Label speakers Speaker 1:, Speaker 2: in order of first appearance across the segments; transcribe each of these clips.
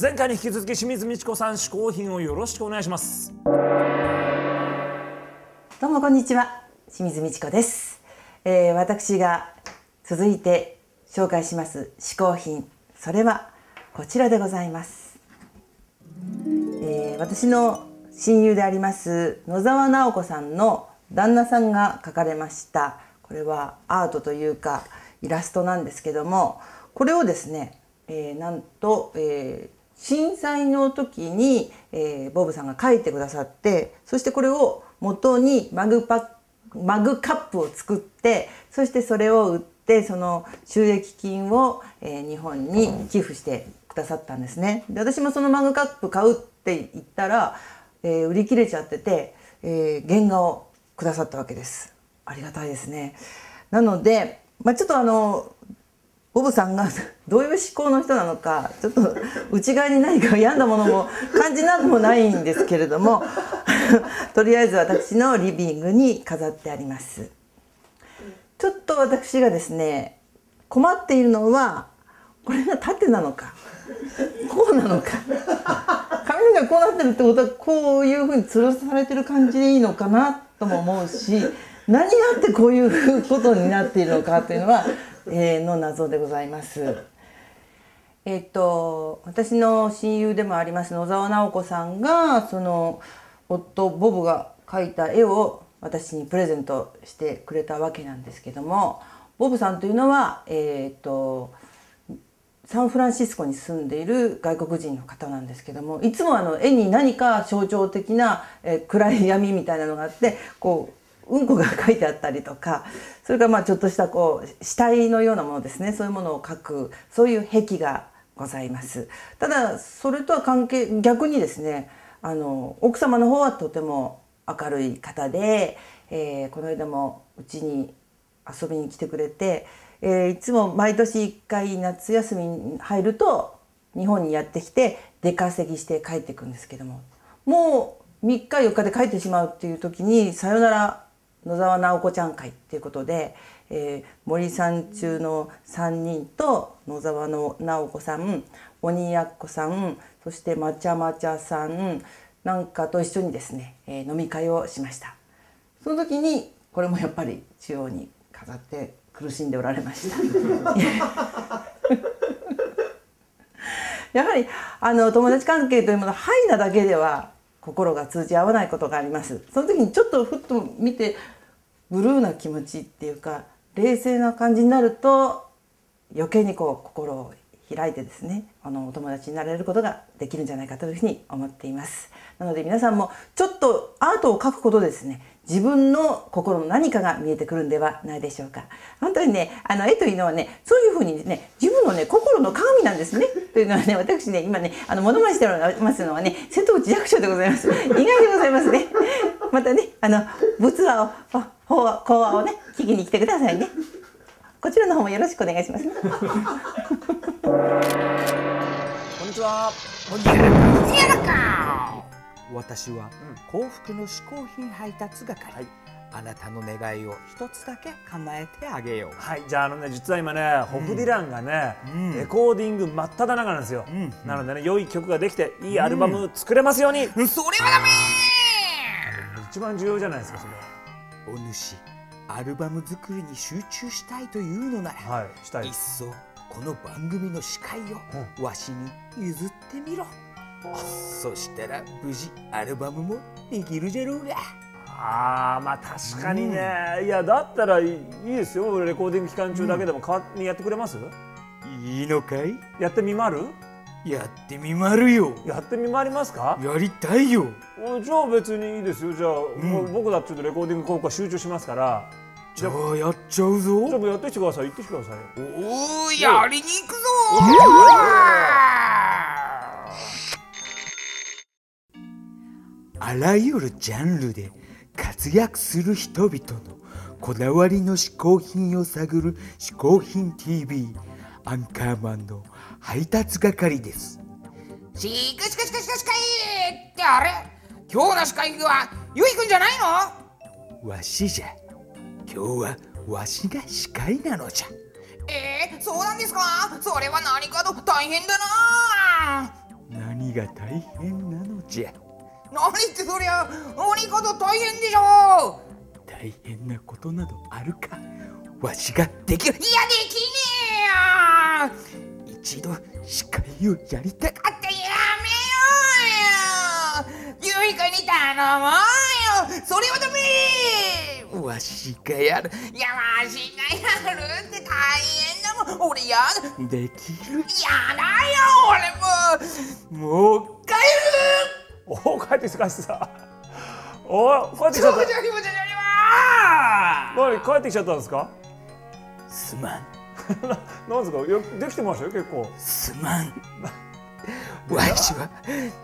Speaker 1: 前回に引き続き清水美智子さん試行品をよろしくお願いします
Speaker 2: どうもこんにちは清水美智子です、えー私が続いて紹介します嗜好品それはこちらでございます、えー私の親友であります野沢直子さんの旦那さんが描かれましたこれはアートというかイラストなんですけどもこれをですね、えーなんと、えー震災の時に、えーボブさんが書いてくださってそしてこれを元にマグパマグカップを作ってそしてそれを売ってその収益金を、えー日本に寄付してくださったんですね。で私もそのマグカップ買うって言ったら、えー売り切れちゃってて、えー原画をくださったわけです。ありがたいですね。なので、まあ、ちょっとあのボブさんが どういう思考の人なのかちょっと 内側に何か 病んだものも感じなくもないんですけれども とりあえず私のリビングに飾ってありますちょっと私がですね困っているのはこれが縦なのかこうなのか 髪の毛がこうなってるってことはこういうふうに吊るされてる感じでいいのかなとも思うし何があってこういうことになっているのかというのは、 えーの謎でございます。えっと私の親友でもあります野沢直子さんがその夫ボブが描いた絵を私にプレゼントしてくれたわけなんですけどもボブさんというのは、えっとサンフランシスコに住んでいる外国人の方なんですけどもいつもあの絵に何か象徴的な、えー暗い闇みたいなのがあってこううんこが書いてあったりとかそれからまあちょっとしたこう死体のようなものですねそういうものを描くそういう癖がございます。ただそれとは関係逆にですねあの奥様の方はとても明るい方で、えーこの間もうちに遊びに来てくれて、えーいつも毎年1回夏休みに入ると日本にやってきて出稼ぎして帰ってくんですけどももう3日4日で帰ってしまうっていう時に「さよなら野沢直子ちゃん会」っていうことで、えー森三中の3人と野沢の直子さん鬼やっこさんそしてまちゃまちゃさんなんかと一緒にですね、えー飲み会をしました。その時にこれもやっぱり中央に飾って苦しんでおられました。やはりあの友達関係というものハイなだけでは心が通じ合わないことがあります。その時にちょっとふっと見てブルーな気持ちっていうか冷静な感じになると余計にこう心を開いてですねあのお友達になれることができるんじゃないかというふうに思っていますなので皆さんもちょっとアートを描くことでですね自分の心の何かが見えてくるんではないでしょうか本当にねあの絵というのはねそういうふうにね自分のね心の鏡なんですねというのはね私ね今ねあの物まねしておりますのはね瀬戸内寂聴でございます意外でございますねまたねあの仏話をあ法話講話をね聞きに来てくださいねこちらの方もよろしくお願いします、ね
Speaker 1: こんにちは
Speaker 3: 私は幸福の嗜好品配達係、
Speaker 1: はい
Speaker 3: あなたの願いを一つだけ叶えてあげよう
Speaker 1: はいじゃああのね実は今ねホフ・ディランがね、
Speaker 3: うん
Speaker 1: レコーディング真っ只中なんですよ、
Speaker 3: ん
Speaker 1: なのでね良い曲ができていいアルバム作れますように、
Speaker 3: うんそれはダメ
Speaker 1: 一番重要じゃないですかそれ
Speaker 3: お主アルバム作りに集中したいというのなら、
Speaker 1: ははいしたい
Speaker 3: い
Speaker 1: で
Speaker 3: っ
Speaker 1: す
Speaker 3: そこの番組の司会をわしに譲ってみろ、そしたら無事アルバムもできるじゃろうが
Speaker 1: あーまあ確かにね、いやだったらいいですよ俺レコーディング期間中だけでも代わりにやってくれます、
Speaker 3: いいのかい
Speaker 1: やってみまる
Speaker 3: やってみまるよ
Speaker 1: やってみまりますか
Speaker 3: やりたいよ
Speaker 1: おじゃあ別にいいですよじゃあ、
Speaker 3: ん
Speaker 1: もう僕だってちょっとレコーディング効果集中しますから
Speaker 3: じゃあやっちゃうぞ
Speaker 1: じゃあもうやってきてください行ってきてください
Speaker 3: おおやりに行くぞあらゆるジャンルで活躍する人々のこだわりの嗜好品を探る嗜好品 TV アンカーマンの配達係です
Speaker 4: しかしかしかしかしかいってあれ今日の司会はゆいくんじゃないの
Speaker 3: わしじゃ今日はわしが司会なのじゃ
Speaker 4: えー、そうなんですかそれは何かと大変だな
Speaker 3: な何が大変なのじゃ
Speaker 4: 何ってそりゃ何かと大変でしょ
Speaker 3: 大変なことなどあるかわしができる
Speaker 4: いやできねえよあっ
Speaker 3: 一度司会をやりたか
Speaker 4: てやめようよゆいくんに頼もうよそれはダメ
Speaker 3: わしがやる
Speaker 4: いやわしがやるって大変だもん俺やだや
Speaker 3: できる
Speaker 4: だよ俺も
Speaker 3: もう
Speaker 4: 帰る
Speaker 1: おお帰ってきた帰ってきた おお帰ってき
Speaker 4: ち
Speaker 1: ちゃっ
Speaker 4: ょこちょこちょこちょ
Speaker 1: た
Speaker 4: こ
Speaker 1: 何帰ってきちゃったんですか
Speaker 3: すまん
Speaker 1: ななんですかよできてましたよ結構
Speaker 3: すまんわしは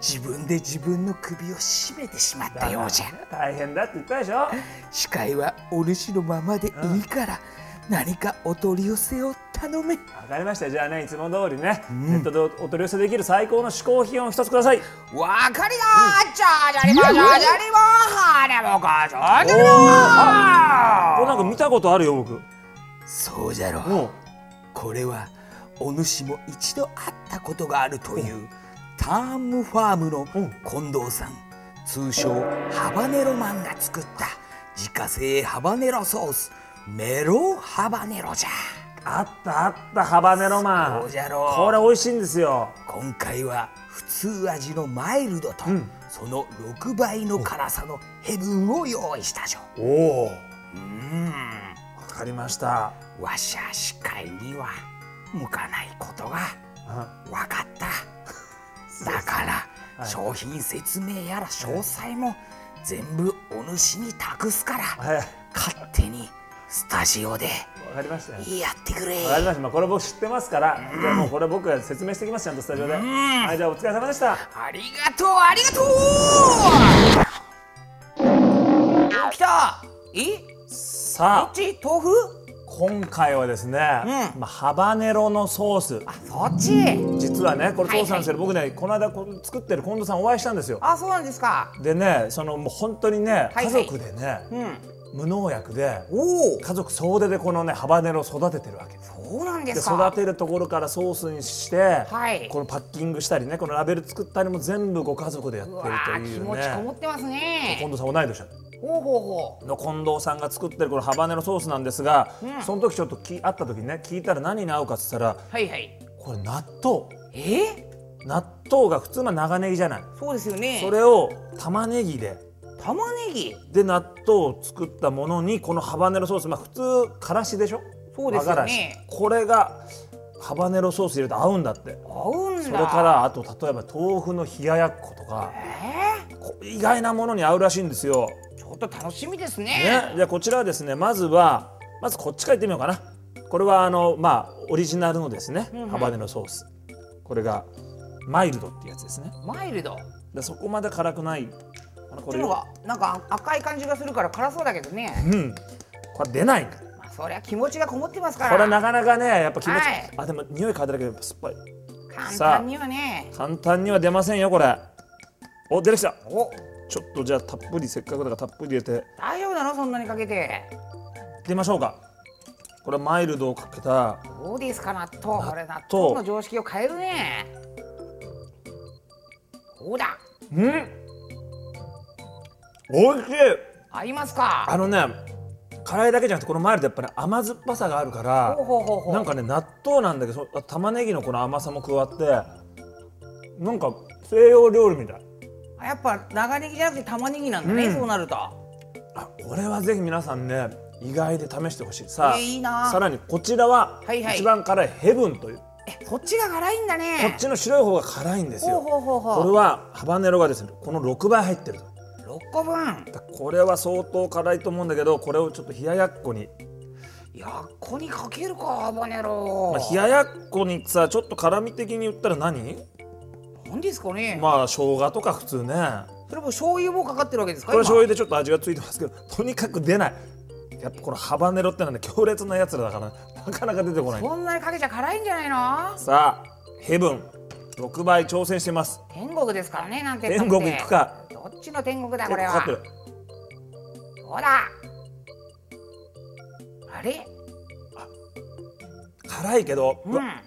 Speaker 3: 自分で自分の首を絞めてしまったようじゃ
Speaker 1: 大変だって言ったでしょ
Speaker 3: 司会はお主のままでいいから何かお取り寄せを頼め
Speaker 1: わかりましたじゃあねいつも通りね、ネットでお取り寄せできる最高の嗜好品を一つください
Speaker 4: わかりだじゃじゃりばじゃじゃりばはれぼかじゃじゃ
Speaker 1: こ
Speaker 4: り
Speaker 1: れ
Speaker 4: ば
Speaker 1: なんか見たことあるよ僕
Speaker 3: そうじゃろう
Speaker 1: も
Speaker 3: これはお主も一度会ったことがあるというターンムファームの近藤さん通称ハバネロマンが作った自家製ハバネロソースメロハバネロじゃ
Speaker 1: うあったあったハバネロマン
Speaker 3: そうじゃろう
Speaker 1: これ美味しいんですよ
Speaker 3: 今回は普通味のマイルドと、その6倍の辛さのヘブンを用意したじょ
Speaker 1: おおわ
Speaker 3: うん
Speaker 1: かりました
Speaker 3: わしゃ司会には向かないことが
Speaker 1: あ
Speaker 3: 分かっただから商品説明やら詳細も全部お主に託すから
Speaker 1: はいわ
Speaker 3: 勝手にスタジオで
Speaker 1: かりましたよ
Speaker 3: やってくれ
Speaker 1: わかりましたまあこれ僕知ってますから、じゃあもうこれ僕が説明してきますちゃんとスタジオで、はいじゃあお疲れ様でした
Speaker 4: ありがとうありがとうきたえ
Speaker 1: さあ
Speaker 4: ち豆腐
Speaker 1: 今回はですね、
Speaker 4: うん
Speaker 1: まあ、ハバネロのソース
Speaker 4: そっち
Speaker 1: 実はねこれそうなんですけど、僕ねこの間この作ってる近藤さんお会いしたんですよ
Speaker 4: あそうなんですか
Speaker 1: でねそのもう本当にね
Speaker 4: はい
Speaker 1: 家族でね、
Speaker 4: うん
Speaker 1: 無農薬で
Speaker 4: おお
Speaker 1: 家族総出でこのねハバネロを育ててるわけです
Speaker 4: そうなんで
Speaker 1: です育
Speaker 4: か
Speaker 1: てるところからソースにして、
Speaker 4: はい
Speaker 1: このパッキングしたりねこのラベル作ったりも全部ご家族でやって
Speaker 4: う
Speaker 1: る
Speaker 4: わー
Speaker 1: とい
Speaker 4: 気
Speaker 1: う
Speaker 4: 持ちこも
Speaker 1: ね
Speaker 4: ってますね
Speaker 1: 近藤さん同い年なの
Speaker 4: ほうほうほ
Speaker 1: の近藤さんが作ってるこのハバネロソースなんですが、その時ちょっとき会った時にね聞いたら何に合うかっつったら
Speaker 4: うはいはい
Speaker 1: これ納豆
Speaker 4: え
Speaker 1: 納豆が普通は長ネギじゃない
Speaker 4: そうですよね
Speaker 1: それを玉ねぎで
Speaker 4: 玉ねぎ
Speaker 1: で納豆を作ったものにこのハバネロソースまあ普通からしでしょ
Speaker 4: そうですよね
Speaker 1: 和辛子これがハバネロソース入れると合うんだって
Speaker 4: 合うんだ
Speaker 1: それからあと例えば豆腐の冷ややっことか
Speaker 4: えー
Speaker 1: こう意外なものに合うらしいんですよ、
Speaker 4: ちょっと楽しみですね
Speaker 1: ね、じゃあこちらはですねまずはまずこっちからいってみようかなこれはあのまあオリジナルのですねハバネロソースこれがマイルドっていうやつですね
Speaker 4: マイルド
Speaker 1: でそこまで辛くないあのこ
Speaker 4: ちょっとがなんか赤い感じがするから辛そうだけどね、
Speaker 1: うんこれ出ないから
Speaker 4: まあ、そりゃ気持ちがこもってますから
Speaker 1: これなかなかねやっぱ気持ち、
Speaker 4: はい
Speaker 1: あでも匂い嗅いだだけで酸っぱい
Speaker 4: 簡
Speaker 1: さあ
Speaker 4: 単にはね
Speaker 1: 簡単には出ませんよこれお出てきた
Speaker 4: お
Speaker 1: ちょっとじゃあたっぷりせっかくだからたっぷり入れて
Speaker 4: 大丈夫なのそんなにかけて
Speaker 1: 出ましょうかこれマイルドをかけた
Speaker 4: どうですか納豆これ納
Speaker 1: 豆
Speaker 4: 豆の常識を変えるねどうだ
Speaker 1: うんおいしい
Speaker 4: 合います
Speaker 1: あ
Speaker 4: か
Speaker 1: のね辛いだけじゃなくてこのマイルドやっぱり甘酸っぱさがあるから
Speaker 4: ほうほうほうほう
Speaker 1: なんかね納豆なんだけどそ玉ねぎのこの甘さも加わってなんか西洋料理みたい
Speaker 4: あやっぱ長ネギじゃなくて玉ねぎなんだね、
Speaker 1: うん
Speaker 4: そうなると
Speaker 1: あこれはぜひ皆さんね意外で試してほしいさあ、
Speaker 4: えーいいな
Speaker 1: さらにこちらは
Speaker 4: はいはい
Speaker 1: 一番辛いヘブンという、
Speaker 4: えこっちが辛いんだ
Speaker 1: こっ
Speaker 4: ね
Speaker 1: ちの白い方が辛いんです
Speaker 4: ほう
Speaker 1: よ
Speaker 4: ほうほうほ
Speaker 1: これ
Speaker 4: う
Speaker 1: はハバネロがですねこの6倍入ってると
Speaker 4: 六個分
Speaker 1: だからこれは相当辛いと思うんだけどこれをちょっと冷ややっこに、
Speaker 4: やっこにかけるかハバネロ、
Speaker 1: まあ、冷ややっこにさちょっと辛み的に言ったら何
Speaker 4: なんですかね、
Speaker 1: まあ生姜とか普通ね
Speaker 4: それも醤油もかかってるわけですか
Speaker 1: これ醤
Speaker 4: 今
Speaker 1: 油でちょっと味がついてますけどとにかく出ないやっぱこのハバネロってなんで強烈なやつらだからなかなか出てこない
Speaker 4: そんなにかけちゃ辛いんじゃないの
Speaker 1: さあヘブン6倍挑戦してます
Speaker 4: 天国ですからねなんて言った
Speaker 1: 天
Speaker 4: って
Speaker 1: 国行くか
Speaker 4: どっちの天国だ
Speaker 1: 結構
Speaker 4: これ
Speaker 1: かか
Speaker 4: は
Speaker 1: ってる
Speaker 4: ほらあれ
Speaker 1: 辛いけど、う
Speaker 4: う
Speaker 1: わ
Speaker 4: ん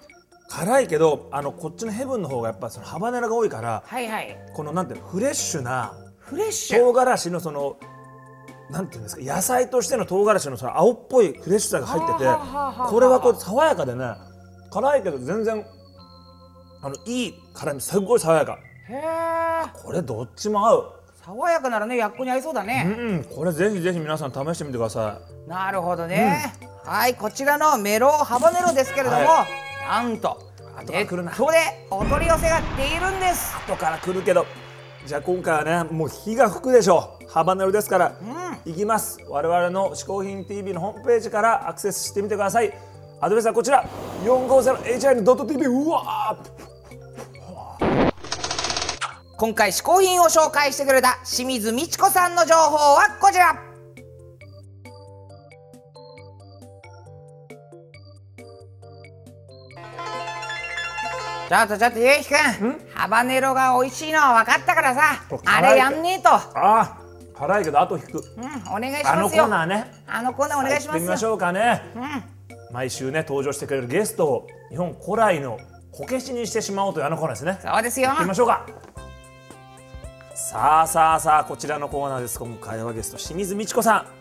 Speaker 1: 辛いけどあのこっちのヘブンの方がやっぱそのハバネラが多いから
Speaker 4: はいはい
Speaker 1: このなんていうのフレッシュな
Speaker 4: フレッシュ
Speaker 1: 唐辛子のそのなんていうんですか野菜としての唐辛子のその青っぽいフレッシュさが入ってて
Speaker 4: はあはあはあはあ
Speaker 1: これはこれ爽やかでね辛いけど全然あのいい辛みすごい爽やか
Speaker 4: へえ
Speaker 1: これどっちも合う
Speaker 4: 爽やかならね薬効に合いそうだ
Speaker 1: う
Speaker 4: ね、
Speaker 1: んこれぜひぜひ皆さん試してみてください
Speaker 4: なるほどね、はいこちらのメロハバネロですけれども、
Speaker 1: は
Speaker 4: なんと
Speaker 1: 後から来るな
Speaker 4: ネットでお取り寄せができるんです
Speaker 1: 後から来るけどじゃあ今回はねもう火が吹くでしょうハバネロですから、いきます我々の嗜好品 TV のホームページからアクセスしてみてくださいアドレスはこちら 450hin.tv うわー
Speaker 4: 今回試行品を紹介してくれた清水美智子さんの情報はこちらちょっとちょっとゆうひくんハバネロが美味しいのは分かったからさ
Speaker 1: これ
Speaker 4: あ
Speaker 1: 辛い
Speaker 4: れやんねえと、
Speaker 1: あー辛いけど後引く
Speaker 4: うん、お願いし
Speaker 1: あの
Speaker 4: ま
Speaker 1: コ
Speaker 4: すよ
Speaker 1: ーナーね
Speaker 4: あのコーナーお願いし
Speaker 1: 行ってみま
Speaker 4: ます
Speaker 1: し
Speaker 4: よ
Speaker 1: ょうかね、毎週ね登場してくれるゲストを日本古来のこけしにしてしまおうというあのコーナーですね
Speaker 4: そうですよ
Speaker 1: 行ってみましょうかさあさあさあこちらのコーナーです今回はゲスト清水美智子さんこ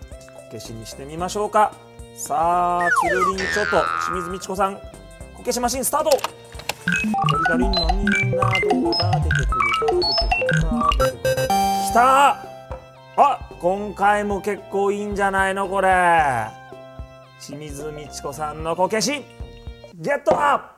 Speaker 1: けしにしてみましょうかさあチルリンチョと清水美智子さんこけしマシンスタートトリカリンのみんなどうだ出てくるか出てくるか出てくるかきたあ今回も結構いいんじゃないのこれ清水美智子さんのこけしゲットアップ